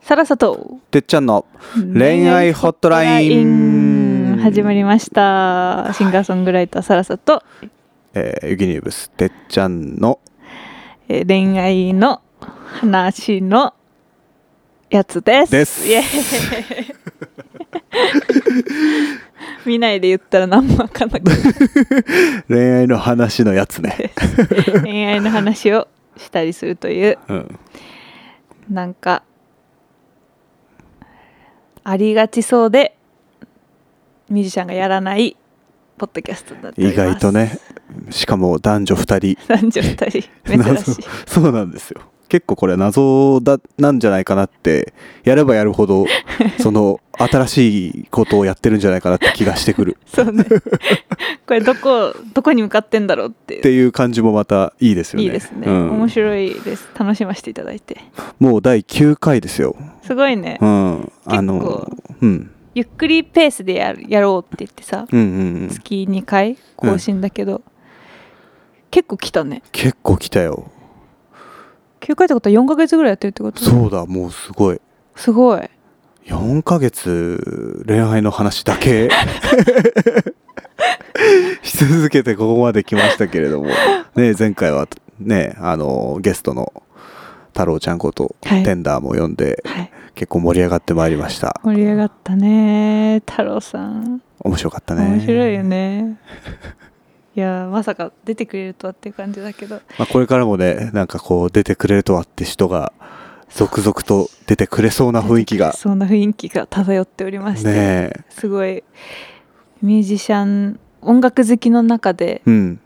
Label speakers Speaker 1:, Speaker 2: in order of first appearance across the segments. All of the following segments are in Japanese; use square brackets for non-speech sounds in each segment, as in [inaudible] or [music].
Speaker 1: さらさと
Speaker 2: てっちゃんの恋愛ホットライン
Speaker 1: 始まりましたシンガーソングライターさらさと、
Speaker 2: えー、ユギニューブスてっちゃんの
Speaker 1: えー恋愛の話のやつです
Speaker 2: です
Speaker 1: イエーイ見ないで言ったら何もわかんなく
Speaker 2: [laughs]
Speaker 1: て
Speaker 2: 恋愛の話のやつ
Speaker 1: [laughs]
Speaker 2: ね、
Speaker 1: 恋愛の話をしたりするという
Speaker 2: うん、
Speaker 1: なんかありがちそうでミュージシャンがやらないポッドキャストだっており
Speaker 2: 意
Speaker 1: ます
Speaker 2: 外と
Speaker 1: [laughs]
Speaker 2: ねしかも男女2人
Speaker 1: 男女二人珍し
Speaker 2: [laughs] 謎
Speaker 1: い
Speaker 2: そうなんですよ結構これ謎だなんじゃないかなってやればやるほ
Speaker 1: [laughs]
Speaker 2: どその新しいことをやってるんじゃないかなって気がしてくる
Speaker 1: そうね [laughs] これどこどこに向かってんだろうっ
Speaker 2: っ
Speaker 1: て
Speaker 2: ていう感じもまたいいですよね
Speaker 1: いいですね、
Speaker 2: うん
Speaker 1: 面白いです楽しませていただいて
Speaker 2: もう第9回ですよ
Speaker 1: すごいね、
Speaker 2: うんあのうん
Speaker 1: ゆっくりペースでやるやろうって言ってさ、
Speaker 2: うんうんうん
Speaker 1: 月2回更新だけど、結構来たね
Speaker 2: 結構来たよ
Speaker 1: 9回ってことは4ヶ月ぐらいやってるってこと
Speaker 2: そうだもうすごい
Speaker 1: すごい
Speaker 2: 4ヶ月恋愛の話だ [laughs] けし続けてここまで来ましたけれども、ね、前回はねあのゲストの太郎ちゃんこと、
Speaker 1: はい
Speaker 2: テンダーも呼んで
Speaker 1: はい
Speaker 2: 結構盛り上がってまいりました
Speaker 1: 盛り上がったね太郎さん
Speaker 2: 面白かったね
Speaker 1: 面白いよねいやまさか出てくれるとはっていう感じだけど
Speaker 2: まあ、これからもねなんかこう出てくれるとはって人が続々と出てくれそうな雰囲気が
Speaker 1: そんな雰囲気が漂っておりまして、
Speaker 2: ねえ
Speaker 1: すごいミュージシャン音楽好きの中で
Speaker 2: うん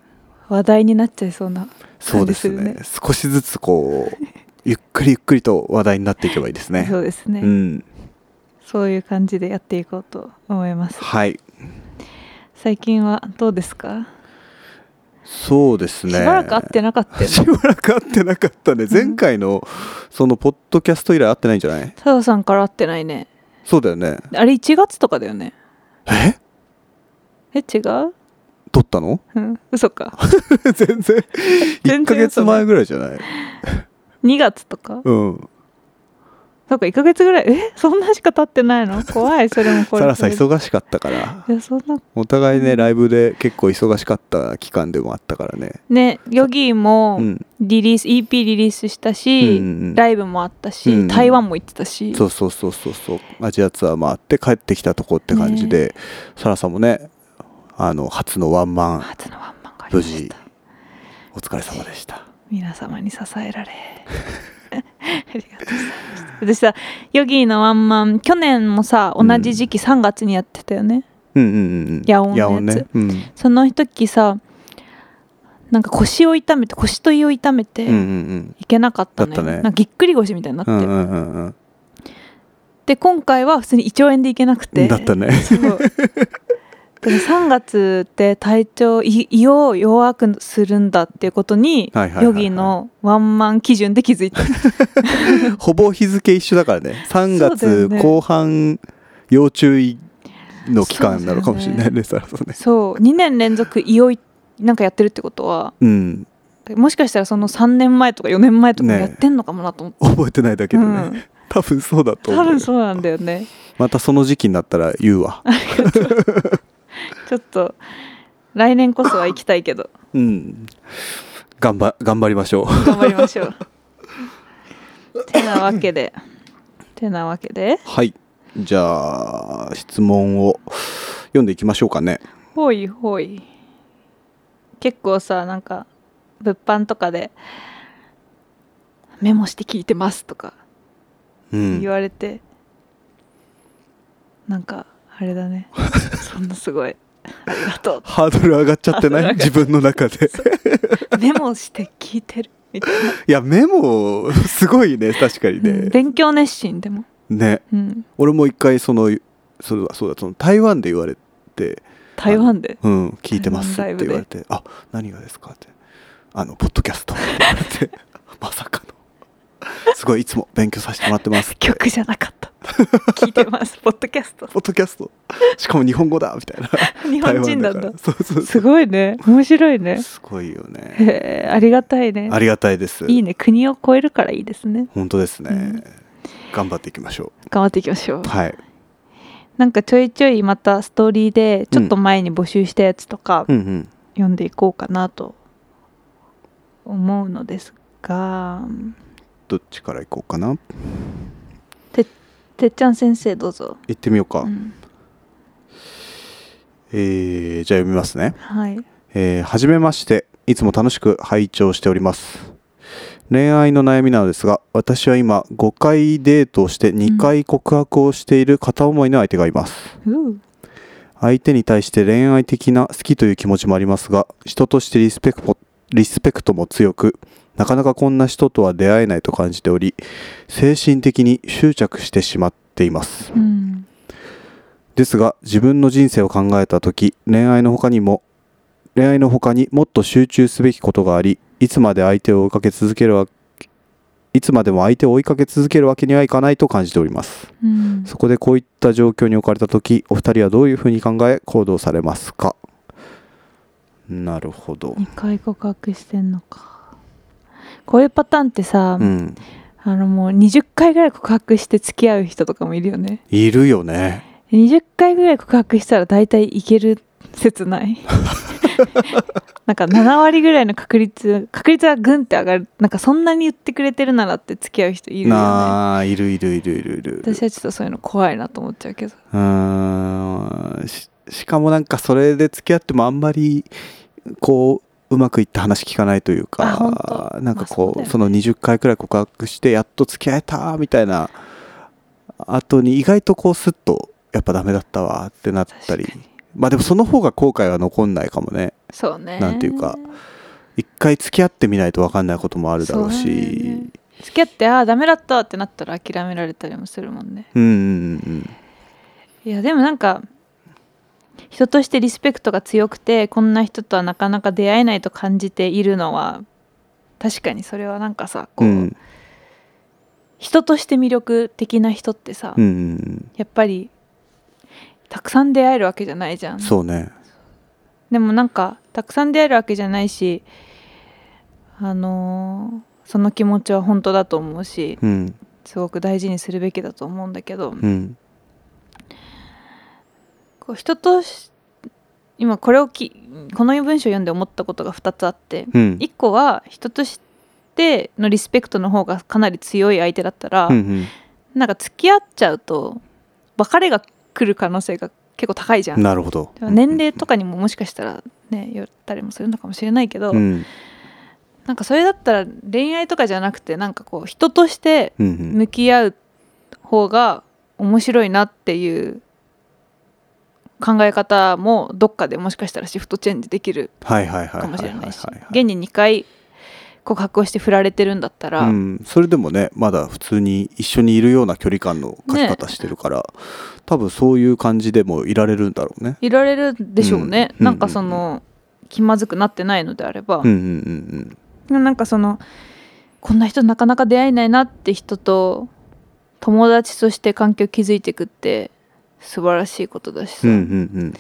Speaker 1: 話題になっちゃいそうな
Speaker 2: そうです
Speaker 1: 感じ
Speaker 2: ね少しずつこ
Speaker 1: [laughs]
Speaker 2: うゆっくりゆっくりと話題になっていけばいいですね
Speaker 1: そうですね、
Speaker 2: うん
Speaker 1: そういう感じでやっていこうと思います
Speaker 2: はい
Speaker 1: 最近はどうですか、
Speaker 2: そうですね
Speaker 1: しばらく会ってなかったよね
Speaker 2: しばらく会ってなかったね
Speaker 1: ん
Speaker 2: 前回のそのポッドキャスト以来会ってないんじゃない
Speaker 1: 太郎さんから会ってないね
Speaker 2: そうだよね
Speaker 1: あれ1月とかだよね
Speaker 2: え
Speaker 1: え違う
Speaker 2: 撮った
Speaker 1: [laughs]
Speaker 2: の
Speaker 1: うん
Speaker 2: [laughs]
Speaker 1: 嘘か
Speaker 2: 全 [laughs] 然
Speaker 1: 全然
Speaker 2: 1ヶ月前ぐらいじゃない
Speaker 1: 2月とか
Speaker 2: うん
Speaker 1: なんか1ヶ月ぐらいえそんなしか経ってないの怖いそれもこれ
Speaker 2: サラさん
Speaker 1: それ
Speaker 2: 忙しかったから
Speaker 1: いやそんな
Speaker 2: お互いねライブで結構忙しかった期間でもあったからね
Speaker 1: ねヨギー
Speaker 2: う
Speaker 1: も
Speaker 2: ん
Speaker 1: リリース、EP リリースしたし、
Speaker 2: うんうんうん
Speaker 1: ライブもあったし、
Speaker 2: うんうん
Speaker 1: 台湾も行ってたし
Speaker 2: そうそうそうそうそうアジアツアー回って帰ってきたとこって感じで、サラさんもねあの初のワンマン
Speaker 1: 初のワンマンがありま
Speaker 2: 無
Speaker 1: し
Speaker 2: 事
Speaker 1: た
Speaker 2: お疲れ様でした
Speaker 1: 皆様に支えられ [laughs] ありがとうございました私さヨギーのワンマン去年もさ同じ時期3月にやってたよね、
Speaker 2: うんうんうん
Speaker 1: 野音のやつ
Speaker 2: ね、うん、
Speaker 1: その時さなんか腰を痛めて腰と胃を痛めて、
Speaker 2: うんうん
Speaker 1: いけなかったの
Speaker 2: だ
Speaker 1: よ、
Speaker 2: ったね
Speaker 1: なんかぎっくり腰みたいになって、
Speaker 2: うんうんうんうん
Speaker 1: で今回は普通に胃腸炎でいけなく
Speaker 2: う
Speaker 1: て
Speaker 2: んだったね
Speaker 1: [laughs] そうでも3月って体調い胃を弱くするんだっていうことに、
Speaker 2: はいはいはいはい
Speaker 1: ヨギのワンマン基準で気づ
Speaker 2: [laughs]
Speaker 1: いた
Speaker 2: ほぼ日付一緒だからね3
Speaker 1: そう
Speaker 2: 月
Speaker 1: だよね
Speaker 2: 後半要注意の期間なのかもしれないねサラさんね
Speaker 1: そう2年連続胃をいなんかやってるってことは
Speaker 2: うん
Speaker 1: もしかしたらその3年前とか4年前とかも
Speaker 2: ねえ
Speaker 1: やってんのかもなと思って、
Speaker 2: 覚えてないだけでね、
Speaker 1: うん
Speaker 2: 多分そうだと思
Speaker 1: 多
Speaker 2: う
Speaker 1: 分そうなんだよね
Speaker 2: またその時期になったら言う
Speaker 1: [laughs]
Speaker 2: わ
Speaker 1: ちょっと来年こそは行きたいけど
Speaker 2: うん頑張頑張りましょう
Speaker 1: 頑張りまし
Speaker 2: [laughs]
Speaker 1: ょう。てなわけで。てなわけで。
Speaker 2: はい。じゃあ、質問を読んでいきましょうかね。
Speaker 1: ほいほい。結構さ、なんか、物販とかで、メモして聞いてますとか
Speaker 2: う
Speaker 1: 言
Speaker 2: ん。
Speaker 1: われて、なんか、あれ
Speaker 2: [laughs]
Speaker 1: だね。そんなすごい。ありがとう。
Speaker 2: ハードル上がっちゃって
Speaker 1: [laughs]
Speaker 2: ない自分の中で。
Speaker 1: メモして聞いてる。みたいな。
Speaker 2: いや、メモ、 [laughs] すごいね、確かに
Speaker 1: うん
Speaker 2: ね。
Speaker 1: 勉強熱心でも。
Speaker 2: ね。
Speaker 1: うん。
Speaker 2: 俺も一回、その、それはそうだ、その台湾で言われて、
Speaker 1: 台湾で。
Speaker 2: うん、聞いてますっ
Speaker 1: 台
Speaker 2: て
Speaker 1: 湾ライブで
Speaker 2: 言われて、あ、何がですかって。あの、ポッドキャストって言われて、 [laughs] まさかの。すごい、いつも勉強させてもらってますって。
Speaker 1: 曲じゃなかった。聞いてます。
Speaker 2: [laughs]
Speaker 1: ポッドキャスト。
Speaker 2: ポッドキャスト。しかも日本語だみたいな。
Speaker 1: 日本人なん
Speaker 2: 台
Speaker 1: だ
Speaker 2: 湾。からそうそうそ
Speaker 1: すごいね面白いね
Speaker 2: う。すごいよね。
Speaker 1: へえありがたいね
Speaker 2: ありがたいです。
Speaker 1: いいね国を超えるからいいですね
Speaker 2: 本当ですね。
Speaker 1: うん
Speaker 2: 頑張っていきましょ
Speaker 1: 頑張っていきましょう
Speaker 2: う。はい。
Speaker 1: なんかちょいちょいまたストーリーでちょっと前に募集したやつとか
Speaker 2: うんうん。
Speaker 1: 読んでいこうかなと思うのですが
Speaker 2: どっちから行こうかな。
Speaker 1: てっちゃん先生どうぞ、
Speaker 2: 行ってみようか。
Speaker 1: うん
Speaker 2: えーじゃあ読みますね。
Speaker 1: はい
Speaker 2: えーはじめまして。いつも楽しく拝聴しております。恋愛の悩みなのですが、私は今5回デートをして2回告白をしている片思いの相手がいます。
Speaker 1: うう
Speaker 2: 相手に対して恋愛的な好きという気持ちもありますが人としてリスペクトリスペクトも強くなかなかこんな人とは出会えないと感じており精神的に執着してしまっています
Speaker 1: うん
Speaker 2: ですが自分の人生を考えた時恋愛の他にも恋愛の他にもっと集中すべきことがありいつまで相手を追いかけ続けるわいつまでも相手を追いかけ続けるわけにはいかないと感じております
Speaker 1: うん
Speaker 2: そこでこういった状況に置かれた時お二人はどういうふうに考え行動されますかなるほど、
Speaker 1: 2回告白してんのかこういうパターンってさ、
Speaker 2: うん、
Speaker 1: あのもう20回ぐらい告白して付き合う人とかもいるよね
Speaker 2: いるよね
Speaker 1: 20回ぐらい告白したら大体いける説ない [laughs] なんか7割ぐらいの確率確率がグンって上がるなんかそんなに言ってくれてるならって付き合う人いるよね
Speaker 2: なあいるいるいるいるいる
Speaker 1: 私はちょっとそういうの怖いなと思っちゃうけど
Speaker 2: うーんししかもなんかそれで付き合ってもあんまりこううまくいった話聞かないという
Speaker 1: あ本
Speaker 2: か
Speaker 1: 当
Speaker 2: なんかこう,、
Speaker 1: まあそ
Speaker 2: その20回くらい告白してやっと付き合えたみたいな後に意外とこうスッとやっぱダメだったわってなった
Speaker 1: 確
Speaker 2: り
Speaker 1: かに
Speaker 2: まあでもその方が後悔は残んないかもね
Speaker 1: そうね
Speaker 2: なんていうか一回付き合ってみないと分かんないこともあるだろう
Speaker 1: そ
Speaker 2: し
Speaker 1: うなんだよね付き合ってああダメだったってなったら諦められたりもするもんね
Speaker 2: うんうんうん
Speaker 1: いやでもなんか人としてリスペクトが強くてこんな人とはなかなか出会えないと感じているのは確かにそれはなんかさこ
Speaker 2: う
Speaker 1: う、
Speaker 2: ん
Speaker 1: 人として魅力的な人ってさ、
Speaker 2: うんうん
Speaker 1: やっぱりたくさん出会えるわけじゃないじゃ
Speaker 2: うんんそうね
Speaker 1: でもなんかたくさん出会えるわけじゃないしあのーその気持ちは本当だと思うし
Speaker 2: うん
Speaker 1: すごく大事にするべきだと思うんだけど、
Speaker 2: うん
Speaker 1: こう人とし今これをきこの文章を読んで思ったことが2つあって、
Speaker 2: うん
Speaker 1: 1個は人としてのリスペクトの方がかなり強い相手だったら、
Speaker 2: うんうん
Speaker 1: なんか付き合っちゃうと別れが来る可能性が結構高いじゃん。
Speaker 2: なるほど
Speaker 1: でも年齢とかにももしかしたらねよったりもするのかもしれないけど、
Speaker 2: うん
Speaker 1: なんかそれだったら恋愛とかじゃなくてなんかこう人として
Speaker 2: うんうん
Speaker 1: 向き合う方が面白いなっていう考え方もどっかでもしかしたらシフトチェンジできる
Speaker 2: はいはいはい
Speaker 1: か
Speaker 2: はい
Speaker 1: も
Speaker 2: は
Speaker 1: し
Speaker 2: い
Speaker 1: れないし
Speaker 2: はい
Speaker 1: 現に2回告白をして振られてるんだったら、
Speaker 2: うん、それでもねまだ普通に一緒にいるような距離感の書き方してるから、多分そういう感じでもいられるんだろうね。
Speaker 1: いられるでしょうね、
Speaker 2: うん
Speaker 1: なんかその気まずくなってないのであれば
Speaker 2: う、んうんうん
Speaker 1: なんかそのこんな人なかなか出会えないなって人と友達として関係を築いていくって素晴らしいことだしさ、
Speaker 2: うんうんう
Speaker 1: っ
Speaker 2: んうん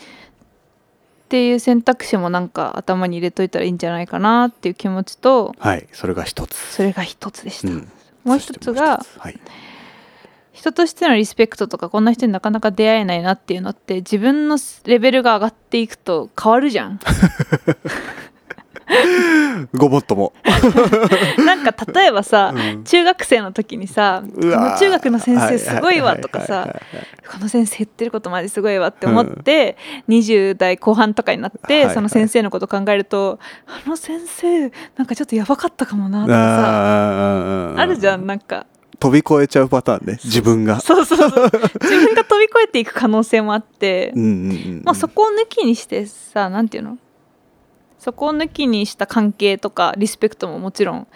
Speaker 1: ていう選択肢もなんか頭に入れといたらいいんじゃないかなっていう気持ちと
Speaker 2: はいそれが一つ。
Speaker 1: それが一つでした、
Speaker 2: うん
Speaker 1: もう一つが
Speaker 2: そしてもう一つはい
Speaker 1: 人としてのリスペクトとかこんな人になかなか出会えないなっていうのって自分のレベルが上がっていくと変わるじゃん
Speaker 2: ごもっとも。
Speaker 1: [laughs] なんか例えばさ、
Speaker 2: うん
Speaker 1: 中学生の時にさ「こ
Speaker 2: うわ
Speaker 1: の
Speaker 2: ー
Speaker 1: 中学の先生すごいわ」とかさ、この先生言ってることマジすごいわって思って、20代後半とかになっ
Speaker 2: はい
Speaker 1: て、
Speaker 2: はい
Speaker 1: その先生のこと考えるとあの先生なんかちょっとやばかったかもなとかさ
Speaker 2: あ
Speaker 1: あるじゃ
Speaker 2: ん
Speaker 1: んなんか
Speaker 2: 飛び越えちゃうパターンね自分が
Speaker 1: そうそうそう
Speaker 2: [laughs]
Speaker 1: 自分が飛び越えていく可能性もあって、
Speaker 2: うんうんうん
Speaker 1: まあ、そこを抜きにしてさなんていうのそこを抜きにした関係とかリスペクトももちろん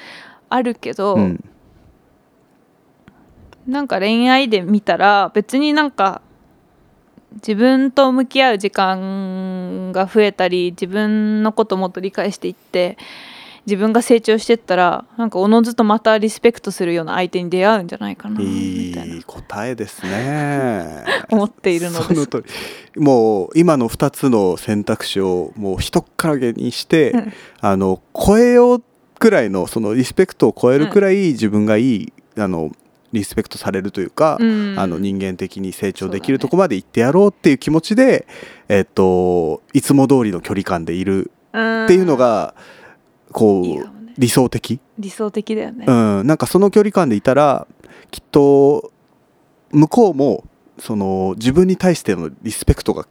Speaker 1: あるけど、
Speaker 2: うん
Speaker 1: なんか恋愛で見たら別になんか自分と向き合う時間が増えたり自分のこともっと理解していって自分が成長してったらなんかおのずとまたリスペクトするような相手に出会うんじゃないかなみたいない
Speaker 2: い答えですね
Speaker 1: [laughs] 思っているのです
Speaker 2: その通りもう今の2つの選択肢をもう一からげにして、
Speaker 1: うん
Speaker 2: あの超えようくらいのそのリスペクトを超えるくらい自分がいい、あのリスペクトされるというか、
Speaker 1: うん
Speaker 2: あの人間的に成長でき
Speaker 1: そう
Speaker 2: る
Speaker 1: だ
Speaker 2: と
Speaker 1: ね
Speaker 2: こまで行ってやろうっていう気持ちで、えっと、いつも通りの距離感でいる
Speaker 1: っ
Speaker 2: っていうのが、こう
Speaker 1: いいかもね
Speaker 2: 理想的、
Speaker 1: 理想的だよね、
Speaker 2: うん、なんかその距離感でいたらきっと向こうもその自分に対してのリスペクトが
Speaker 1: う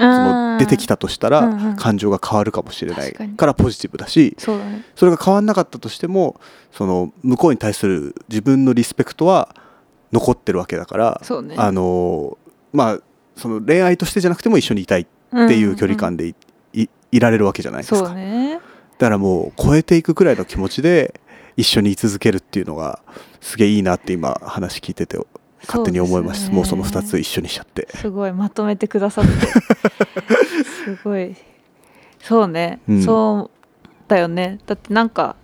Speaker 2: その出てき
Speaker 1: た
Speaker 2: たとした
Speaker 1: うんう
Speaker 2: ら
Speaker 1: ん
Speaker 2: 感情が変わるかもしれない
Speaker 1: 確かに
Speaker 2: からポジティブだし
Speaker 1: そうだね
Speaker 2: それが変わんなかったとしてもその向こうに対する自分のリスペクトは残ってるわけだから、
Speaker 1: そうね
Speaker 2: あのまあその恋愛としてじゃなくても一緒にいたいっていう距離
Speaker 1: んん
Speaker 2: 感でい,、いいられるわけじゃない
Speaker 1: ん
Speaker 2: ですか
Speaker 1: そうね
Speaker 2: だからもう超えていくくらいの気持ちで一緒に居続けるっていうのがすげえいいなって今話聞いてて勝手に思いましたもうその2つ
Speaker 1: 一
Speaker 2: 一緒にしちゃって
Speaker 1: すごいまとめてくださってすごいそうね、
Speaker 2: うん
Speaker 1: そうだよねだってなんか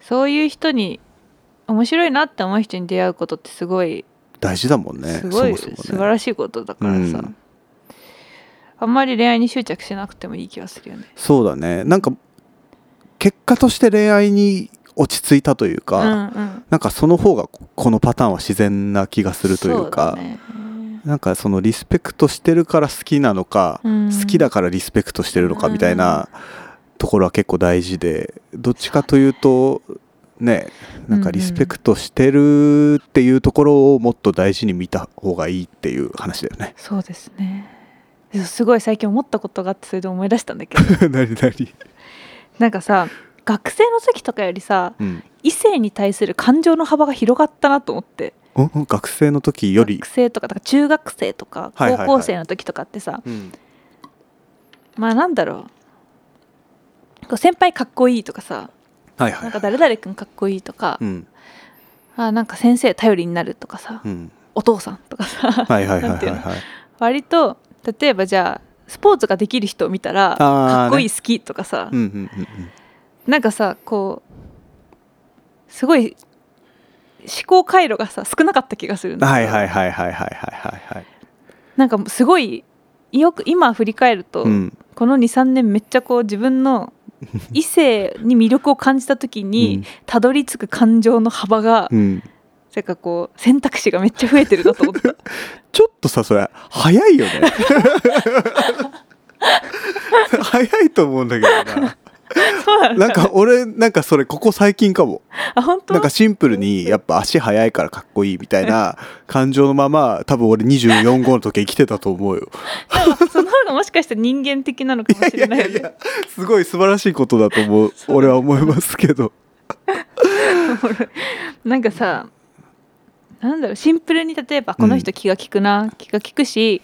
Speaker 1: そういう人に面白いなって思う人に出会うことってすごい、
Speaker 2: 大事だもんね
Speaker 1: すごい
Speaker 2: そも
Speaker 1: 素
Speaker 2: そも
Speaker 1: 晴
Speaker 2: ね
Speaker 1: らしいことだからさ、
Speaker 2: うん
Speaker 1: あんまり恋愛に執着しなくてもいい気がするよね
Speaker 2: そうだねなんか結果として恋愛に落ち着いたという
Speaker 1: う
Speaker 2: か、
Speaker 1: んうん
Speaker 2: なんかその方がこのパターンは自然な気がするというか
Speaker 1: そうだね
Speaker 2: なんかそのリスペクトしてるから好きなのか、
Speaker 1: うん。
Speaker 2: 好きだからリスペクトしてるのかみたいなところは結構大事でどっちかというとねなんかリスペクトしてるっていうところをもっと大事に見た方がいいっていう話だよね
Speaker 1: そうですねすごい最近思ったことがあってそれで思い出したんだけ
Speaker 2: [laughs]
Speaker 1: ど
Speaker 2: 何何
Speaker 1: なんかさ学生の時とかよりさ
Speaker 2: うん
Speaker 1: 異性に対する感情の幅が広がったなと思って
Speaker 2: お学生の時より
Speaker 1: 学、生とかだから中学生とか
Speaker 2: はいはい
Speaker 1: 高
Speaker 2: はい
Speaker 1: 校生の時とかってさ、
Speaker 2: うん
Speaker 1: まあなんだろうこう先輩かっこいいとかさ
Speaker 2: はいは
Speaker 1: ないんか誰々君かっこいいとか、
Speaker 2: うん
Speaker 1: あなんか先生頼りになるとかさ、
Speaker 2: うん、
Speaker 1: お父さんとかさ
Speaker 2: はいはいはい
Speaker 1: なん
Speaker 2: は
Speaker 1: て
Speaker 2: い
Speaker 1: いうの
Speaker 2: はい
Speaker 1: 割と例えばじゃあスポーツができる人を見たら
Speaker 2: ー
Speaker 1: かっこいい
Speaker 2: ね
Speaker 1: 好きとかさ、
Speaker 2: うんうんうん
Speaker 1: なんかさこうすごい思考回路がさ少なかった気がする
Speaker 2: うんん
Speaker 1: だ
Speaker 2: はいはいはいはいはいはいはい
Speaker 1: なんかすごいよく今振り返ると、
Speaker 2: うん
Speaker 1: この23年めっちゃこう自分の異性に魅力を感じた時に、たどり着く感情の幅が、
Speaker 2: うんうん
Speaker 1: なんかこう選択肢がめっちゃ増えてるなと思った
Speaker 2: ちょっとさそれ早いよね早いと思うんだけどな
Speaker 1: そうなんだ
Speaker 2: なんか俺なんかそれここ最近かも
Speaker 1: あ本当
Speaker 2: なんかシンプルにやっぱ足速いからかっこいいみたいな感情のまま多分俺24号の時生きてたと思うよ
Speaker 1: その方がもしかしたら人間的なのかもし
Speaker 2: い
Speaker 1: れ
Speaker 2: やい
Speaker 1: ないよ
Speaker 2: や
Speaker 1: ね
Speaker 2: いやすごい素晴らしいことだと思う俺は思いますけど
Speaker 1: なんかさなんだろうシンプルに例えばこの人気が利くな、気が利くし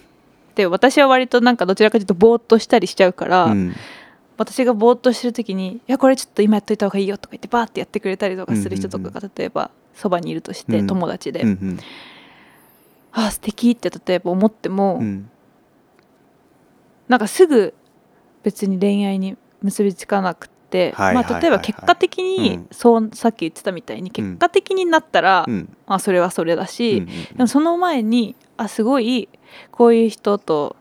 Speaker 1: で私は割となんかどちらかというとぼーっとしたりしちゃうから、
Speaker 2: うん
Speaker 1: 私がぼーっとしてる時に「いやこれちょっと今やっといた方がいいよ」とか言ってバーってやってくれたりとかする人とかが例えばそばにいるとして、
Speaker 2: うん
Speaker 1: 友達で「
Speaker 2: うん
Speaker 1: ああ素敵って例えば思っても、
Speaker 2: うんうん
Speaker 1: なんかすぐ別に恋愛に結びつかなくて、
Speaker 2: はいはいはいはい
Speaker 1: まあ、例えば結果的に、
Speaker 2: うん
Speaker 1: そうさっき言ってたみたいに結果的になったら、
Speaker 2: うん
Speaker 1: まあ、それはそれだし、
Speaker 2: うん
Speaker 1: でもその前にあすごいこういう人と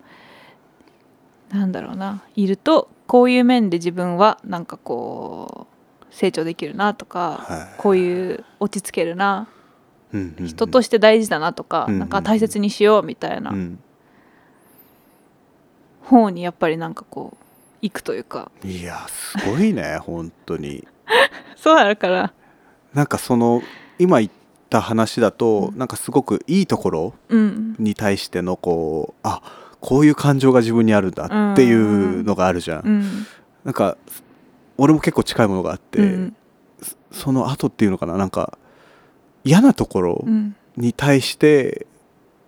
Speaker 1: なんだろうないるとこういう面で自分はなんかこう成長できるなとか、
Speaker 2: はい
Speaker 1: こういう落ち着けるな
Speaker 2: うんうん
Speaker 1: 人として大事だなとか、
Speaker 2: うん
Speaker 1: なんか大切にしようみたいな
Speaker 2: うん
Speaker 1: 方にやっぱりなんかこう行くというか
Speaker 2: いやすごいね本当に
Speaker 1: そうなるから、
Speaker 2: なんかその今言った話だと、
Speaker 1: うん
Speaker 2: なんかすごくいいところ
Speaker 1: うん、
Speaker 2: に対してのこうあこういう感情が自分にあるんだっていうのがあるじゃん、
Speaker 1: うん
Speaker 2: なんか俺も結構近いものがあって、
Speaker 1: うん
Speaker 2: その後っていうのかななんか嫌なところ
Speaker 1: うん
Speaker 2: に対して、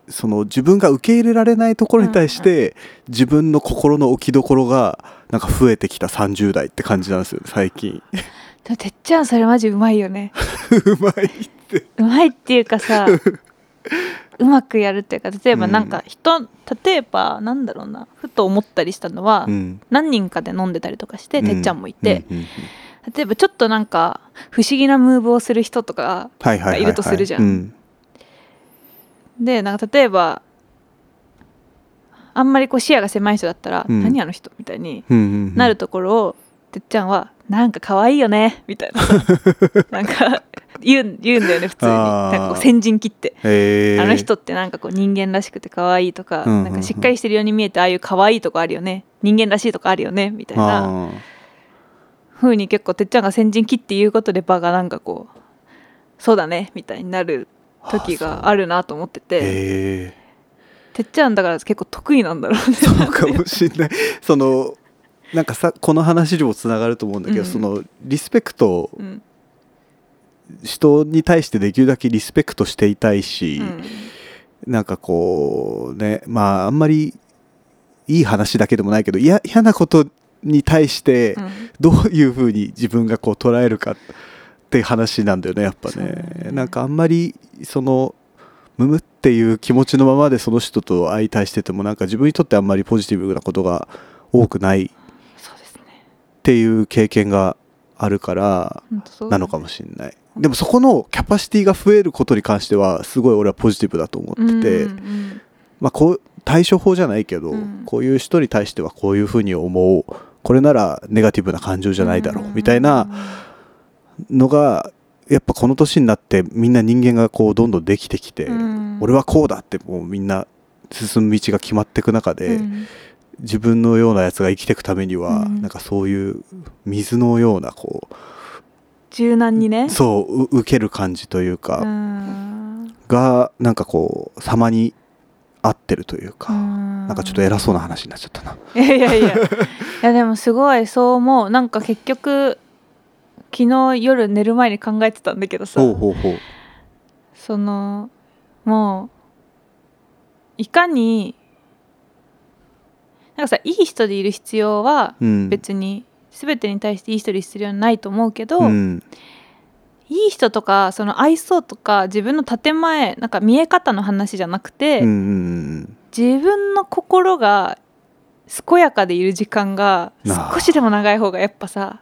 Speaker 2: その自分が受け入れられないところに対して、自分の心の置きどころがなんか増えてきた30代って感じなんですよ最近 [laughs]
Speaker 1: でもてっちゃんそれマジうまいよね
Speaker 2: うまいって
Speaker 1: うまいっていう
Speaker 2: [laughs]
Speaker 1: かさうまくやるっていうか例えばなん
Speaker 2: う
Speaker 1: か人、例えばなんだろうなふと思ったりしたのは、
Speaker 2: うん
Speaker 1: 何人かで飲んでたりとかして、てっちゃんもいて、
Speaker 2: うんうんうん
Speaker 1: 例えばちょっとなんか不思議なムーブをする人とか
Speaker 2: はいはいはいはい
Speaker 1: るとするじゃん
Speaker 2: うん
Speaker 1: でなんか例えばあんまりこう視野が狭い人だったら「
Speaker 2: うん
Speaker 1: 何あの人」みたいに
Speaker 2: うんうんうん [laughs]
Speaker 1: なるところを、てっちゃんは「なんか可愛いよね」みたいななんか言うん言うんだよね普通に
Speaker 2: あー
Speaker 1: なんかこう先陣切って、
Speaker 2: へえ
Speaker 1: あの人ってなんかこう人間らしくて可愛いとか、
Speaker 2: うんうんうん
Speaker 1: なんかしっかりしてるように見えてああいう可愛いとこあるよね人間らしいとこあるよねみたいな
Speaker 2: あー
Speaker 1: 風に結構てっちゃんが先陣切って言うことで場がなんかこうそうだねみたいになる時があるなと思ってて
Speaker 2: へえ
Speaker 1: てっちゃんだから結構得意なんだろうね
Speaker 2: そうかもしんない [laughs] そのなんかさこの話にもつながると思うんだけど、
Speaker 1: うん
Speaker 2: そのリスペクトを
Speaker 1: うん
Speaker 2: 人に対してできるだけリスペクトしていたいし、
Speaker 1: うん
Speaker 2: なんかこうねまああんまりいい話だけでもないけどいや嫌なことに対して
Speaker 1: うん
Speaker 2: [laughs] どういうふうに自分がこう捉えるかって話なんだよねやっぱ
Speaker 1: そう
Speaker 2: ね
Speaker 1: だね
Speaker 2: なんかあんまりそのむむっていう気持ちのままでその人と相対しててもなんか自分にとってあんまりポジティブなことが多くないっ
Speaker 1: そうですね
Speaker 2: ていう経験があるから
Speaker 1: ほんとそう
Speaker 2: なのかもしれないでもそこのキャパシティが増えることに関してはすごい俺はポジティブだと思ってて、
Speaker 1: うんうん
Speaker 2: まあ、こう対処法じゃないけど、
Speaker 1: うん
Speaker 2: こういう人に対してはこういうふうに思うこれならネガティブな感情じゃないだろう、
Speaker 1: うん
Speaker 2: みたいなのがやっぱこの年になってみんな人間がこうどんどんできてきて、
Speaker 1: うん
Speaker 2: 俺はこうだってもうみんな進む道が決まっていく中で、
Speaker 1: うん
Speaker 2: 自分のようなやつが生きていくためには、
Speaker 1: うん
Speaker 2: なんかそういう水のようなこ
Speaker 1: 柔軟にね
Speaker 2: うそうう受ける感じというか、
Speaker 1: うん
Speaker 2: がなんかこう様に合ってるというか、
Speaker 1: な
Speaker 2: なんかちょっと偉そうな話になっちゃったな。
Speaker 1: いやいやいやいやでもすごいそう思うなんか結局昨日夜寝る前に考えてたんだけどさ
Speaker 2: ほうほうほう
Speaker 1: そのもういかになんかさいい人でいる必要は
Speaker 2: うん、
Speaker 1: 別に全てに対していい人でいる必要はないと思うけど、
Speaker 2: うん
Speaker 1: いい人とかその愛想とか自分の建前なんか見え方の話じゃなくて、
Speaker 2: うんうん
Speaker 1: 自分の心が健やかでいる時間が
Speaker 2: なあ
Speaker 1: 少しでも長い方がやっぱさ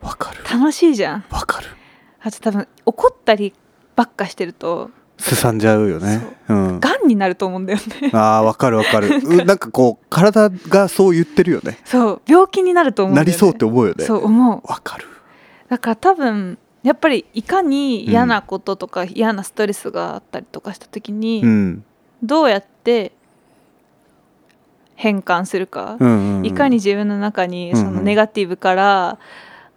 Speaker 2: うん、わかる
Speaker 1: 楽しいじゃん
Speaker 2: わかる
Speaker 1: あと多分怒ったりばっかしてると
Speaker 2: すさんじゃうよねうん
Speaker 1: がんになると思うんだよね [laughs]
Speaker 2: ああわかるわかるうんなんかこう体がそう言ってるよね
Speaker 1: そう病気になると思うん
Speaker 2: な
Speaker 1: だよ、ね、
Speaker 2: りそうって思うよね
Speaker 1: そう思う
Speaker 2: わかる
Speaker 1: だから多分やっぱりいかに嫌なこととか嫌なストレスがあったりとかした時に、
Speaker 2: うん
Speaker 1: どうやって変換するか、
Speaker 2: うんうんうん
Speaker 1: いかに自分の中にそ
Speaker 2: うんう
Speaker 1: の
Speaker 2: ん
Speaker 1: ネガティブから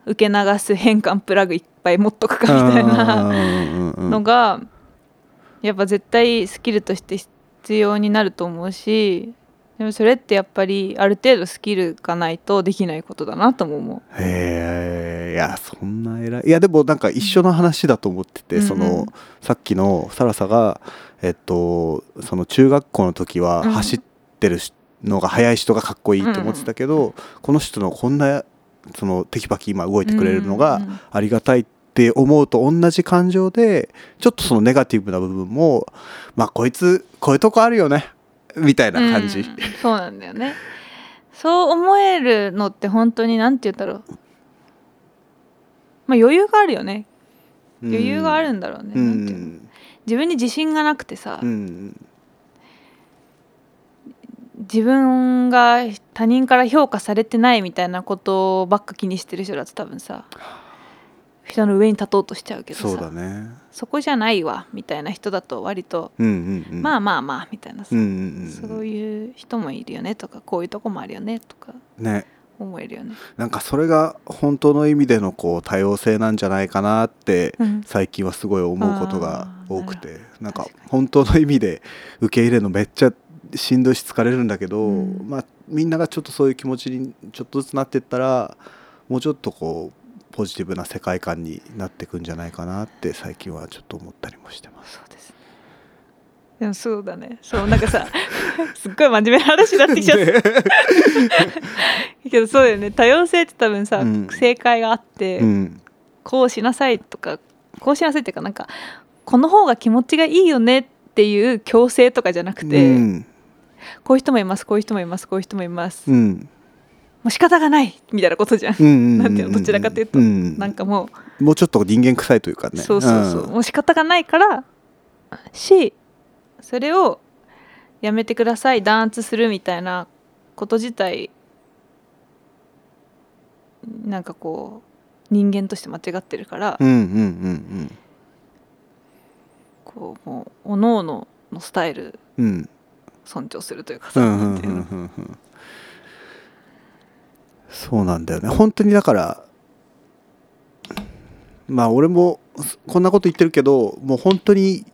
Speaker 1: 受け流す変換プラグいっぱい持っとくかみたいな
Speaker 2: うん
Speaker 1: のがやっぱ絶対スキルとして必要になると思うしでもそれってやっぱりある程度スキルがないとできないことだなとも思
Speaker 2: へえいやそんな偉いいやでもなんか一緒の話だと思ってて、
Speaker 1: うん
Speaker 2: そ
Speaker 1: うんう
Speaker 2: の
Speaker 1: ん
Speaker 2: さっきのサラサがえっとその中学校の時は
Speaker 1: うん
Speaker 2: 走ってるしのが速い人がかっこいいと思ってたけど、この人のこんなそのテキパキ今動
Speaker 1: う
Speaker 2: いてくれるの
Speaker 1: うん
Speaker 2: が
Speaker 1: うんうん
Speaker 2: ありがたいって思うと同じ感情でちょっとそのネガティブな部分もまあこいつこういうとこあるよねみたいな感じ、
Speaker 1: うんそうなんだよねそう思えるのって本当に何て言ったろうまあ余裕があるよね余裕があるんだろうね、
Speaker 2: う
Speaker 1: なんていうの
Speaker 2: ん
Speaker 1: 自分に自信がなくてさ、
Speaker 2: うん
Speaker 1: 自分が他人から評価されてないみたいなことばっか気にしてる人だと多分さ人の上に立とうとしちゃうけどさ
Speaker 2: そうだね
Speaker 1: そこじゃないわみたいな人だと割と、
Speaker 2: うんうんうん
Speaker 1: まあまあまあみたいなさ、
Speaker 2: うんうんうん、
Speaker 1: そういう人もいるよねとかこういうとこもあるよねとか
Speaker 2: ね
Speaker 1: 思えるよね。
Speaker 2: なんかそれが本当の意味でのこう多様性なんじゃないかなって
Speaker 1: うん
Speaker 2: 最近はすごい思うことが多くてなんか
Speaker 1: 確かに
Speaker 2: 本当の意味で受け入れるのめっちゃしんどいし疲れるんだけど、
Speaker 1: うん
Speaker 2: まあ、みんながちょっとそういう気持ちにちょっとずつなってったらもうちょっとこうポジティブな世界観になっていくんじゃないかなって最近はちょっと思ったりもしてます。
Speaker 1: そうですねでもそうだねそうなん
Speaker 2: [laughs]
Speaker 1: かさすっごい真面目な話になってきちゃった、けどそうだよね多様性って多分さ、
Speaker 2: うん
Speaker 1: 正解があって、
Speaker 2: うん
Speaker 1: こうしなさいとかこうしなさいっていうかなんかこの方が気持ちがいいよねっていう強制とかじゃなくて、
Speaker 2: うん
Speaker 1: こういう人もいますこういう人もいますこういう人もいます、
Speaker 2: う
Speaker 1: も
Speaker 2: ん
Speaker 1: う仕方がないみたいなことじゃん、
Speaker 2: うんうん
Speaker 1: [laughs] なんていうのどちらかというと
Speaker 2: ん
Speaker 1: なんかも
Speaker 2: もうちょっと人間臭いというか
Speaker 1: う、
Speaker 2: ね
Speaker 1: そうそうそう、
Speaker 2: ん
Speaker 1: もう仕方がないからしそれをやめてください弾圧するみたいなこと自体なんかこう人間として間違ってるから、
Speaker 2: うんうんうん
Speaker 1: おのおののスタイル
Speaker 2: うん
Speaker 1: 尊重するというか
Speaker 2: う
Speaker 1: さ、
Speaker 2: んうん
Speaker 1: な
Speaker 2: うん
Speaker 1: て
Speaker 2: う
Speaker 1: いうんの
Speaker 2: うんうんそうなんだよね本当にだからまあ俺もこんなこと言ってるけどもう本当に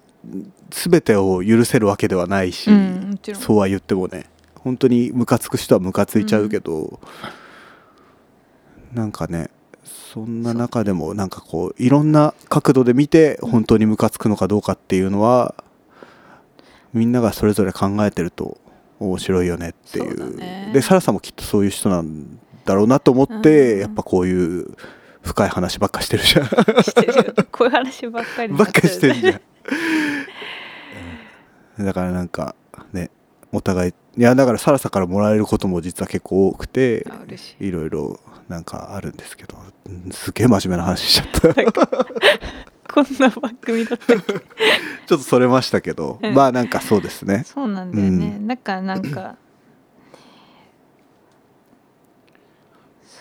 Speaker 2: 全てを許せるわけではないし、
Speaker 1: うんもちろん
Speaker 2: そうは言ってもね本当にムカつく人はムカついちゃうけど、なんかねそんな中でもなんかこういろんな角度で見て本当にムカつくのかどうかっていうのはみんながそれぞれ考えてると面白いよねってい
Speaker 1: そう
Speaker 2: う
Speaker 1: だね
Speaker 2: でサラさんもきっとそういう人なんだろうなと思って、
Speaker 1: うん
Speaker 2: やっぱこういう深い話ばっかしてるじゃん。
Speaker 1: してるよ [laughs] こういう話ばっかりに
Speaker 2: ば
Speaker 1: な
Speaker 2: っ
Speaker 1: ちゃう
Speaker 2: かしてるじゃんうんだからなんかねお互いいやだからサラサからもらえることも実は結構多くて
Speaker 1: あ嬉しい
Speaker 2: いろいろなんかあるんですけどうんすげえ真面目な話しちゃったちょっ
Speaker 1: こんな番組だったっけ
Speaker 2: とそれましたけど
Speaker 1: うん
Speaker 2: まあなんかそうですね
Speaker 1: [laughs] そうなんだよね、
Speaker 2: う
Speaker 1: だからなんか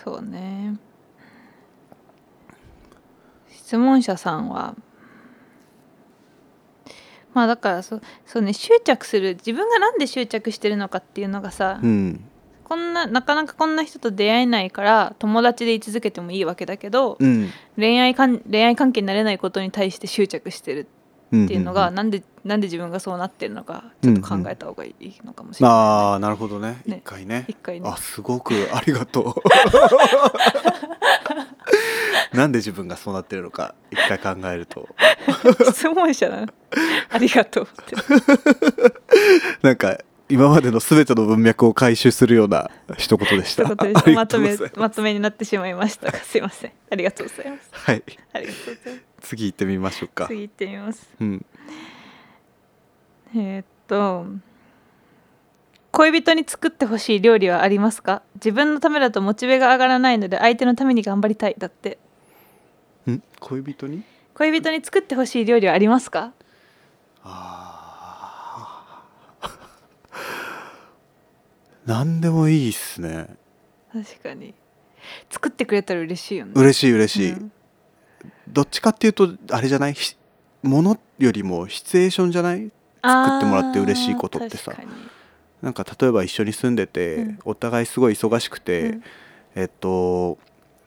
Speaker 1: そうね質問者さんはまあだからそそうね執着する自分がなんで執着してるのかっていうのがさ、
Speaker 2: うん
Speaker 1: こんななかなかこんな人と出会えないから友達で居続けてもいいわけだけど、
Speaker 2: うん
Speaker 1: 恋愛かん恋愛関係になれないことに対して執着してる
Speaker 2: っ
Speaker 1: っていうのが、なんでなんで自分がそうなってるのかちょっと考えた方がいいのかもしれない、
Speaker 2: ああなるほどね
Speaker 1: ね
Speaker 2: 一回ね
Speaker 1: 一回ね
Speaker 2: あすごくありがと
Speaker 1: [laughs]
Speaker 2: うなんで自分がそうなってるのか一回考えると
Speaker 1: 質問者なのありがとうって
Speaker 2: なんか今までの全ての文脈を回収するような一言でし
Speaker 1: と
Speaker 2: た。
Speaker 1: いうこと
Speaker 2: [laughs] あ
Speaker 1: で
Speaker 2: り
Speaker 1: ま
Speaker 2: がとう
Speaker 1: と
Speaker 2: ござ
Speaker 1: め
Speaker 2: います
Speaker 1: まとめになってしまいましたがすいませんありがとうございます
Speaker 2: はい、
Speaker 1: ありがとうございま
Speaker 2: 次行ってみましょう
Speaker 1: す
Speaker 2: か。
Speaker 1: 次行ってみます
Speaker 2: うん、
Speaker 1: えーっと恋人に作ってほしい料理はありますか自分のためだとモチベが上がらないので相手のために頑張りたいだって
Speaker 2: ん恋人に
Speaker 1: 恋人に作ってほしい料理はありますか
Speaker 2: あー [laughs] なんでもいいっすね。
Speaker 1: 確かに作ってくれたら嬉しいよね
Speaker 2: 嬉しい嬉しい。
Speaker 1: うん
Speaker 2: どっちかっていうとあれじゃないひものよりもシチュエーションじゃない作ってもらって嬉しいことってさ
Speaker 1: あー確か
Speaker 2: なんか例えば一緒に住んでて、
Speaker 1: うん
Speaker 2: お互いすごい忙しくて、
Speaker 1: にうん
Speaker 2: えっと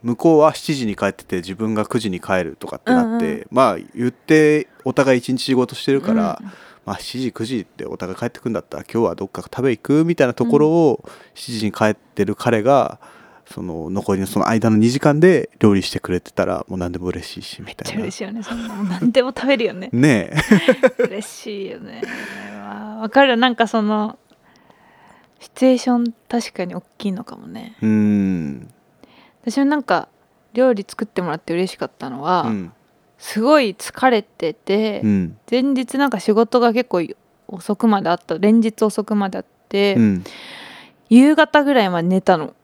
Speaker 2: 向こうは7時に帰ってて自分が9時に帰るとかってなって、
Speaker 1: うんう
Speaker 2: まあ言ってお互い一日仕事してるから、
Speaker 1: うん
Speaker 2: まあ、7時9時ってお互い帰ってくんだったら今日はどっか食べ行くみたいなところを7時に帰ってる彼がその残りのその間の2時間で料理してくれてたらもう何でも嬉しいしみ
Speaker 1: めっち
Speaker 2: た
Speaker 1: ゃ
Speaker 2: いな
Speaker 1: 嬉。しいよねそんなの何でも食べるよね
Speaker 2: ねえ
Speaker 1: 嬉しいよねわわかるなんかそのシチュエーション確かに大きいのかもね
Speaker 2: うーん、
Speaker 1: 私もなんか料理作ってもらって嬉しかったのは、
Speaker 2: うん
Speaker 1: すごい疲れてて、
Speaker 2: うん
Speaker 1: 前日なんか仕事が結構遅くまであった連日遅くまであって、
Speaker 2: うん
Speaker 1: 夕方ぐらいまで寝たの、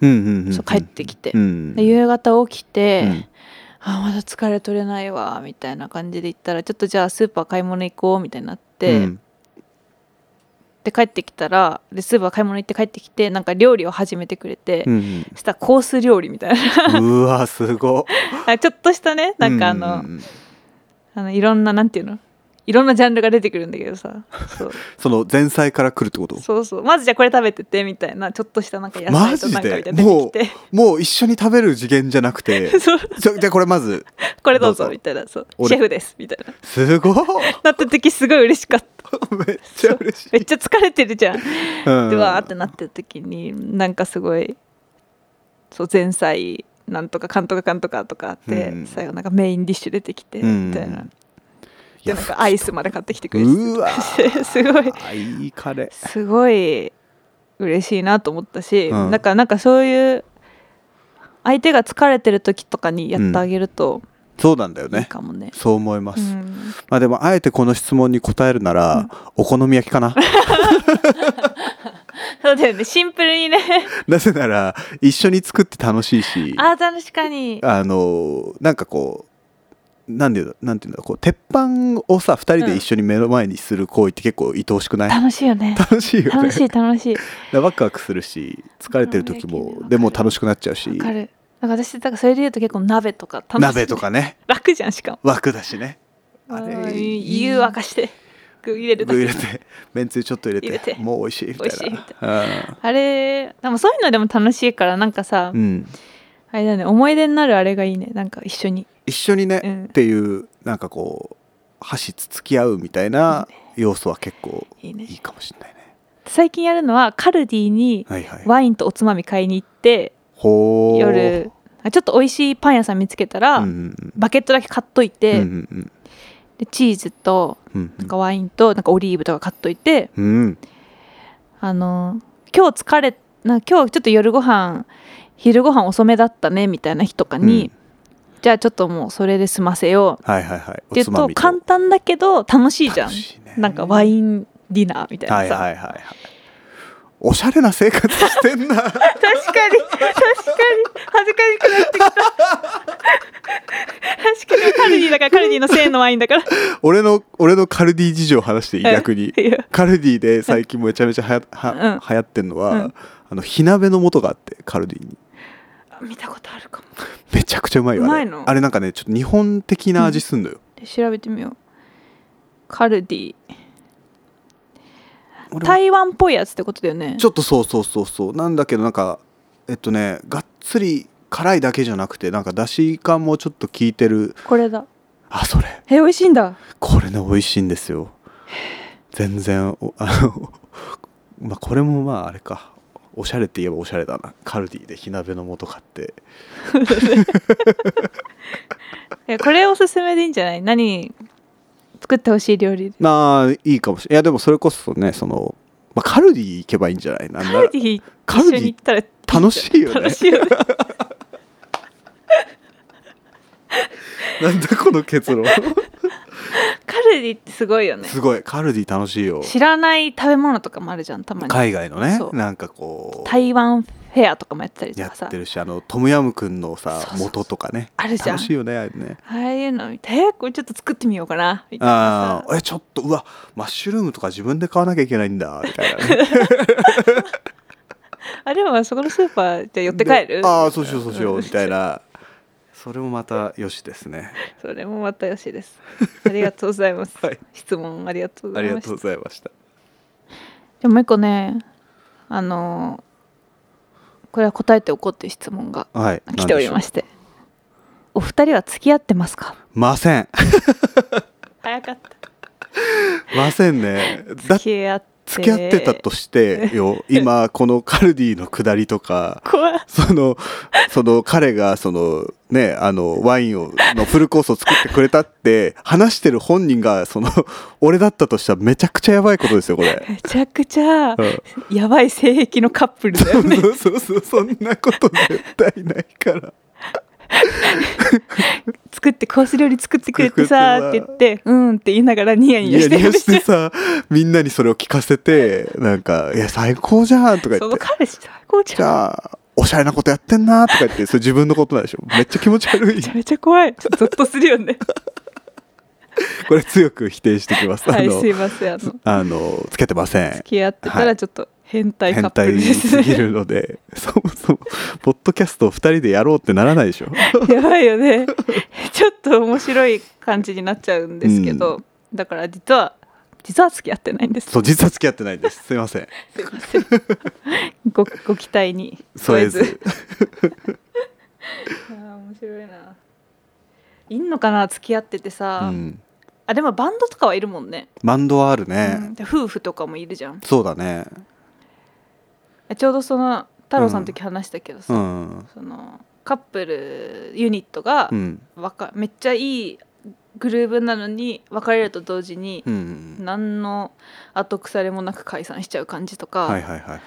Speaker 2: うんうんうん
Speaker 1: そう帰ってきて
Speaker 2: う、ん
Speaker 1: で夕方起きて、
Speaker 2: うん
Speaker 1: あまだ疲れ取れないわみたいな感じで行ったらちょっとじゃあスーパー買い物行こうみたいになって、
Speaker 2: うん
Speaker 1: で帰ってきたらでスーパー買い物行って帰ってきてなんか料理を始めてくれて、
Speaker 2: うん
Speaker 1: そしたらコース料理みたい
Speaker 2: うんうわすごっ
Speaker 1: なちょっとしたね [laughs] なんかあの,、
Speaker 2: うん
Speaker 1: あのいろんななんていうのいろんなジャンルが出てくるんだけどさそう
Speaker 2: [laughs] その前菜から来るってこと
Speaker 1: そうそうまずじゃあこれ食べててみたいなちょっとしたなんか野
Speaker 2: マ
Speaker 1: 菜と
Speaker 2: ジ
Speaker 1: なんか
Speaker 2: で
Speaker 1: みたいなの出てき
Speaker 2: もう一緒に食べる次元じゃなくて
Speaker 1: て [laughs] そう
Speaker 2: じゃじゃあこれまず
Speaker 1: これどう
Speaker 2: どう
Speaker 1: ぞ
Speaker 2: ぞ
Speaker 1: みたいなそう
Speaker 2: 俺
Speaker 1: シェフですみたいな
Speaker 2: す
Speaker 1: [laughs]
Speaker 2: ごい
Speaker 1: なった時すごい嬉しかった
Speaker 2: めっちゃ嬉しい
Speaker 1: めっちゃ疲れてるじゃん
Speaker 2: うん
Speaker 1: でわーってなってる時になんかすごいそう前菜なんとかかんとかかんとかとかあって、
Speaker 2: うん
Speaker 1: 最後なんかメインディッシュ出てきて
Speaker 2: うん
Speaker 1: みたいな、
Speaker 2: い
Speaker 1: で
Speaker 2: や
Speaker 1: なんかアイスまで買ってきてくれて
Speaker 2: うわ
Speaker 1: [laughs] すごい
Speaker 2: あいいカレー
Speaker 1: すごい嬉しいなと思ったし、
Speaker 2: うん
Speaker 1: だからなんかそういう相手が疲れてる時とかにやってあげると
Speaker 2: そうなんだよ
Speaker 1: いい
Speaker 2: ね
Speaker 1: かもね。
Speaker 2: そう思います、
Speaker 1: うん
Speaker 2: まあでもあえてこの質問に答えるなら、お好み焼きかな [laughs]
Speaker 1: そうだよねシンプルにね
Speaker 2: なぜなら一緒に作って楽しいし
Speaker 1: ああ確かに
Speaker 2: [laughs] あのなんかこうなんていうのなんていうんだこう鉄板をさ二人で一緒に目の前にする行為って結構愛おしくない、
Speaker 1: 楽しいよね
Speaker 2: 楽しいよね
Speaker 1: 楽しい楽しい
Speaker 2: だワクワクするし疲れてる時
Speaker 1: わかるわか
Speaker 2: も
Speaker 1: る
Speaker 2: でも楽しくなっちゃうし
Speaker 1: わかるなんか私だからそれで言うと結構鍋とか楽しい
Speaker 2: 鍋とかね
Speaker 1: 楽じゃんしかも
Speaker 2: 枠だしねあれ
Speaker 1: うん湯沸かして具入れるだ
Speaker 2: 具
Speaker 1: け
Speaker 2: 入れてめんつゆちょっと入れて
Speaker 1: 入れて
Speaker 2: もう美味しいみたいな
Speaker 1: 美味しいみあれでもそういうのでも楽しいからなんかさ、
Speaker 2: うんうん、
Speaker 1: あれだね思い出になるあれがいいねなんか一緒に
Speaker 2: 一緒にね、
Speaker 1: うん
Speaker 2: っていうなんかこう箸つつき合うみたいな要素は結構
Speaker 1: いいね
Speaker 2: いいかもしれないね
Speaker 1: 最近やるのはカルディに
Speaker 2: はいはい
Speaker 1: ワインとおつまみ買いに行って
Speaker 2: ほー
Speaker 1: 夜あちょっと美味しいパン屋さん見つけたら、
Speaker 2: うんうん
Speaker 1: バケットだけ買っとい
Speaker 2: うん
Speaker 1: て、
Speaker 2: うんうん
Speaker 1: でチーズと
Speaker 2: うん
Speaker 1: なんかワインとなんかオリーブとか買っといて
Speaker 2: うん
Speaker 1: あの今日疲れな今日ちょっと夜ご飯昼ご飯遅めだったねみたいな日とかに、じゃあちょっともうそれで済ませよう
Speaker 2: はいはいはい
Speaker 1: って言うと簡単だけど楽しいじゃん、
Speaker 2: 楽しいね
Speaker 1: なんかワインディナーみたいなさ、
Speaker 2: はいはいはいはいおしゃれな生活してん
Speaker 1: [laughs]
Speaker 2: な
Speaker 1: 確かに確かに恥ずかしくなってきた確かにカルディだからカルディのせいのワインだから
Speaker 2: 俺の俺のカルディ事情話していい逆に
Speaker 1: いや
Speaker 2: カルディで最近めちゃめちゃはやは
Speaker 1: う
Speaker 2: 流行ってんのは、
Speaker 1: うん
Speaker 2: あの火鍋の素があってカルディに
Speaker 1: 見たことあるかも
Speaker 2: めちゃくちゃうまいよあれ
Speaker 1: うまいの
Speaker 2: あれなんかねちょっと日本的な味すんのよ、
Speaker 1: 調べてみようカルディ
Speaker 2: 俺も
Speaker 1: 台湾っぽいやつってことだよね
Speaker 2: ちょっとそうそうそうそうなんだけどなんかえっとねがっつり辛いだけじゃなくてなんかだし感もちょっと効いてる
Speaker 1: これだ
Speaker 2: あそれ
Speaker 1: え美味しいんだ
Speaker 2: これね美味しいんですよ全然お [laughs] あのまあこれもまああれかおしゃれって言えばおしゃれだなカルディで火鍋の素買って
Speaker 1: えこれおすすめでいいんじゃない何作ってほしい料理
Speaker 2: まあいいかもしれないいやでもそれこそねその、まあ、カルディ行けばいいんじゃないなんな
Speaker 1: カ
Speaker 2: ら
Speaker 1: ルディ
Speaker 2: カル
Speaker 1: 一
Speaker 2: デ
Speaker 1: 緒
Speaker 2: ィ
Speaker 1: に行ったら
Speaker 2: 楽しいよね
Speaker 1: 楽しいよね
Speaker 2: [laughs] なんだこの結論
Speaker 1: カルディってすごいよね
Speaker 2: すごいカルディ楽しいよ
Speaker 1: [laughs] 知らない食べ物とかもあるじゃんたまに
Speaker 2: 海外のね
Speaker 1: そう
Speaker 2: なんかこう
Speaker 1: 台湾フェアとかもやってたりと
Speaker 2: や
Speaker 1: か
Speaker 2: っ
Speaker 1: さ
Speaker 2: てるしあのトムヤムクンのさ
Speaker 1: そうそうそう
Speaker 2: 元とかね
Speaker 1: あるじゃん
Speaker 2: 楽しいよねあれね
Speaker 1: ああいうの見てえこれちょっと作ってみようかなみたい
Speaker 2: あ
Speaker 1: な
Speaker 2: あえちょっとうわマッシュルームとか自分で買わなきゃいけないんだみたいな、ね、
Speaker 1: さあれはそこのスーパー [laughs] じゃあ寄って帰
Speaker 2: で
Speaker 1: る
Speaker 2: ああそうしようそうしようんみたいなそれもまたよしですね、
Speaker 1: [laughs] それもまたよしですありがとうございます
Speaker 2: はい
Speaker 1: 質問ありがとうご
Speaker 2: あ
Speaker 1: ざ
Speaker 2: り
Speaker 1: い
Speaker 2: が
Speaker 1: まし
Speaker 2: とう
Speaker 1: た
Speaker 2: ございました
Speaker 1: でもう一個ねあのーこれは答えておこうっていう質問が
Speaker 2: はい
Speaker 1: 来ておりましてお二人は付き合ってますか
Speaker 2: ません
Speaker 1: 早かった
Speaker 2: ません
Speaker 1: [laughs]
Speaker 2: ねだ
Speaker 1: 付き合って
Speaker 2: 付き合ってたとしてよ今このカルディの下りとか
Speaker 1: 怖い
Speaker 2: そのその彼がそのねあのワインをのフルコースを作ってくれたって話してる本人がその俺だったとしたらめちゃくちゃやばいことですよこれ。
Speaker 1: めちゃくち
Speaker 2: う
Speaker 1: ゃ
Speaker 2: ん
Speaker 1: やばい性癖のカップルだよね
Speaker 2: そうそうそうそんなこと絶対ないから
Speaker 1: 作ってコース料理作ってくれてさーって言ってうんって言いながらニヤニ
Speaker 2: ニ
Speaker 1: ヤ
Speaker 2: ヤ
Speaker 1: して
Speaker 2: ニ
Speaker 1: る
Speaker 2: ヤ
Speaker 1: んで
Speaker 2: し
Speaker 1: すよ
Speaker 2: てさみんなにそれを聞かせてなんか「いや最高じゃん」とか言
Speaker 1: そ
Speaker 2: っ
Speaker 1: の
Speaker 2: て
Speaker 1: 彼氏最
Speaker 2: 「
Speaker 1: 高じ
Speaker 2: じ
Speaker 1: ゃん
Speaker 2: ゃあおしゃれなことやってんな」とか言ってそれ自分のことなんでしょめっちゃ気持ち悪い
Speaker 1: めちゃめちゃ怖いちょっとゾッとする
Speaker 2: [laughs]
Speaker 1: よね
Speaker 2: これ強く否定してきますあ
Speaker 1: はい
Speaker 2: の
Speaker 1: すいませんあの
Speaker 2: あのつけてません
Speaker 1: 付き合ってた
Speaker 2: は
Speaker 1: ら
Speaker 2: い
Speaker 1: ちょっと変態カ
Speaker 2: 変
Speaker 1: ップル
Speaker 2: 態
Speaker 1: です
Speaker 2: すぎ
Speaker 1: ね、
Speaker 2: るので [laughs] そもそもポッドキャストを2人でやろうってならないで
Speaker 1: [laughs]
Speaker 2: しょ
Speaker 1: やばいよねちょっと面白い感じになっちゃうんですけど、だから実は実は付き合ってないんです
Speaker 2: そう実は付き合ってないんですすいません
Speaker 1: すいませんごご期待に
Speaker 2: 添えず
Speaker 1: あー面白いないんのかな付き合ってて
Speaker 2: う
Speaker 1: さ、
Speaker 2: ん
Speaker 1: あでもバンドとかはいるもんね
Speaker 2: バンドはあるね、
Speaker 1: うんで夫婦とかもいるじゃん
Speaker 2: そうだね
Speaker 1: ちょうどその太郎さんの時話したけどさ、
Speaker 2: うん
Speaker 1: そのカップルユニットが
Speaker 2: うん
Speaker 1: わかめっちゃいいグルーヴなのに別れると同時に
Speaker 2: う、ん
Speaker 1: 何の後腐れもなく解散しちゃう感じとか、
Speaker 2: はいはいはいはいはい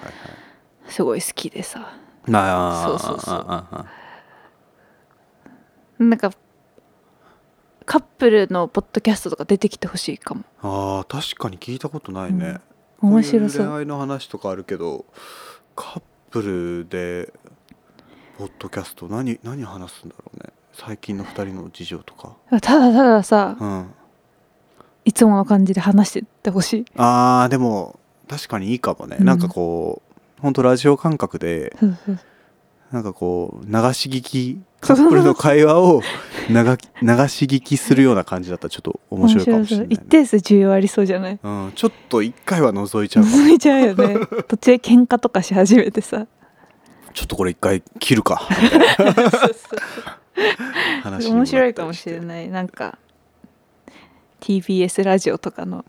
Speaker 1: すごい好きでさ
Speaker 2: まあ
Speaker 1: そうそうそう
Speaker 2: あ
Speaker 1: なんかカップルのポッドキャストとか出てきてほしいかも
Speaker 2: あああ確かに聞いたことないね、こう
Speaker 1: 面
Speaker 2: いう
Speaker 1: 白そう
Speaker 2: 恋愛の話とかあるけどカップルでポッドキャスト何何話すんだろうね最近の2人の事情とか
Speaker 1: ただたださ
Speaker 2: うん
Speaker 1: いつもの感じで話してってほしい
Speaker 2: あーでも確かにいいかもね、
Speaker 1: うん
Speaker 2: なんかこうほんとラジオ感覚で
Speaker 1: そうそう
Speaker 2: なんかこう流し聞きカップルの会話を流き流し聞きするような感じだったらちょっと面白いかもしれない
Speaker 1: [laughs]
Speaker 2: ね、
Speaker 1: 一定数重要ありそうじゃない
Speaker 2: うん、ちょっと一回は覗いちゃうかも
Speaker 1: 続いちゃう
Speaker 2: [laughs]
Speaker 1: よね途中で喧嘩とかし始めてさ
Speaker 2: ちょっとこれ一回切るか話にもなったりし
Speaker 1: [laughs] 面
Speaker 2: て
Speaker 1: 白いかもしれないなんか TBS ラジオとかの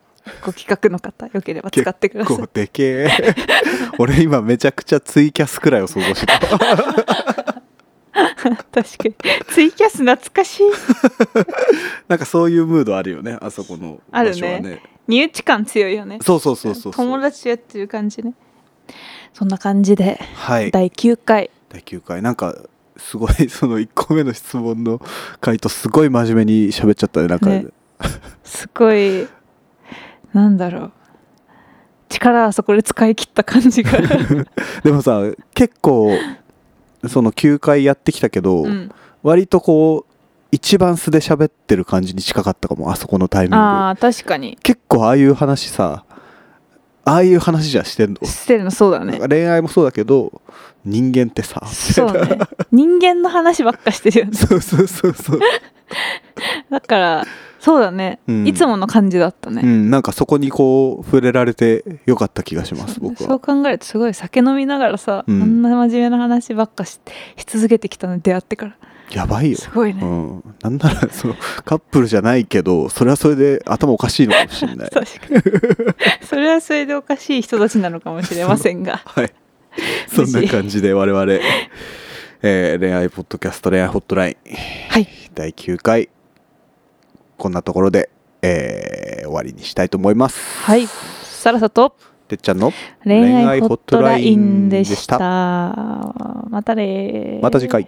Speaker 1: ご企画の方よければ使ってください
Speaker 2: 結構でけえ [laughs] 俺今めちゃくちゃツイキャスくらいを想像してた
Speaker 1: [laughs] 確かにツイキャス懐かしい
Speaker 2: なんかそういうムードあるよねあそこの
Speaker 1: ある
Speaker 2: 場
Speaker 1: ね
Speaker 2: 所はね
Speaker 1: 身内感強いよね
Speaker 2: そうそうそうそうそう
Speaker 1: 友達とやってる感じねそんな感じで、
Speaker 2: はい
Speaker 1: 第9回
Speaker 2: 第9回なんかすごい [laughs] その1個目の質問の回答すごい真面目に喋っちゃったねなんか、
Speaker 1: ねすごいなんだろう力あそこで使い切った感じ
Speaker 2: [laughs]
Speaker 1: が、
Speaker 2: でもさ結構その9回やってきたけど、
Speaker 1: うん、
Speaker 2: 割とこう一番素で喋ってる感じに近かったかもあそこのタイミング
Speaker 1: あー確かに
Speaker 2: 結構ああいう話さああいう話じゃしてんの
Speaker 1: してるのそうだ
Speaker 2: なん
Speaker 1: ね
Speaker 2: か恋愛もそうだけど人間ってさ
Speaker 1: そうね人間の話ばっかしてるよね
Speaker 2: [laughs] そうそうそうそう、
Speaker 1: だからそうだね、
Speaker 2: うん
Speaker 1: いつもの感じだった
Speaker 2: う
Speaker 1: ね、
Speaker 2: ん、なんかそこにこう触れられてよかった気がします
Speaker 1: そうね
Speaker 2: 僕
Speaker 1: そ
Speaker 2: は
Speaker 1: う考えるとすごい酒飲みながらさ、
Speaker 2: うん
Speaker 1: あんな真面目な話ばっかしし続けてきたの出会ってから
Speaker 2: やばいよ
Speaker 1: すごいうね、
Speaker 2: ん、なんなら [laughs] そのカップルじゃないけどそれはそれで頭おかしいのかもしれ
Speaker 1: [laughs]
Speaker 2: ない
Speaker 1: 確かにそれはそれでおかしい人たちなのかもしれませ
Speaker 2: [laughs]
Speaker 1: んが [laughs]
Speaker 2: はいそんな感じで我々、えー恋愛ポッドキャスト恋愛ホットライン
Speaker 1: はい
Speaker 2: 第9回こんなところで、えー終わりにしたいと思います
Speaker 1: はいさらさと
Speaker 2: てっちゃんの
Speaker 1: 恋愛ホットラインでし
Speaker 2: 恋愛ホッ
Speaker 1: たまたね
Speaker 2: また次回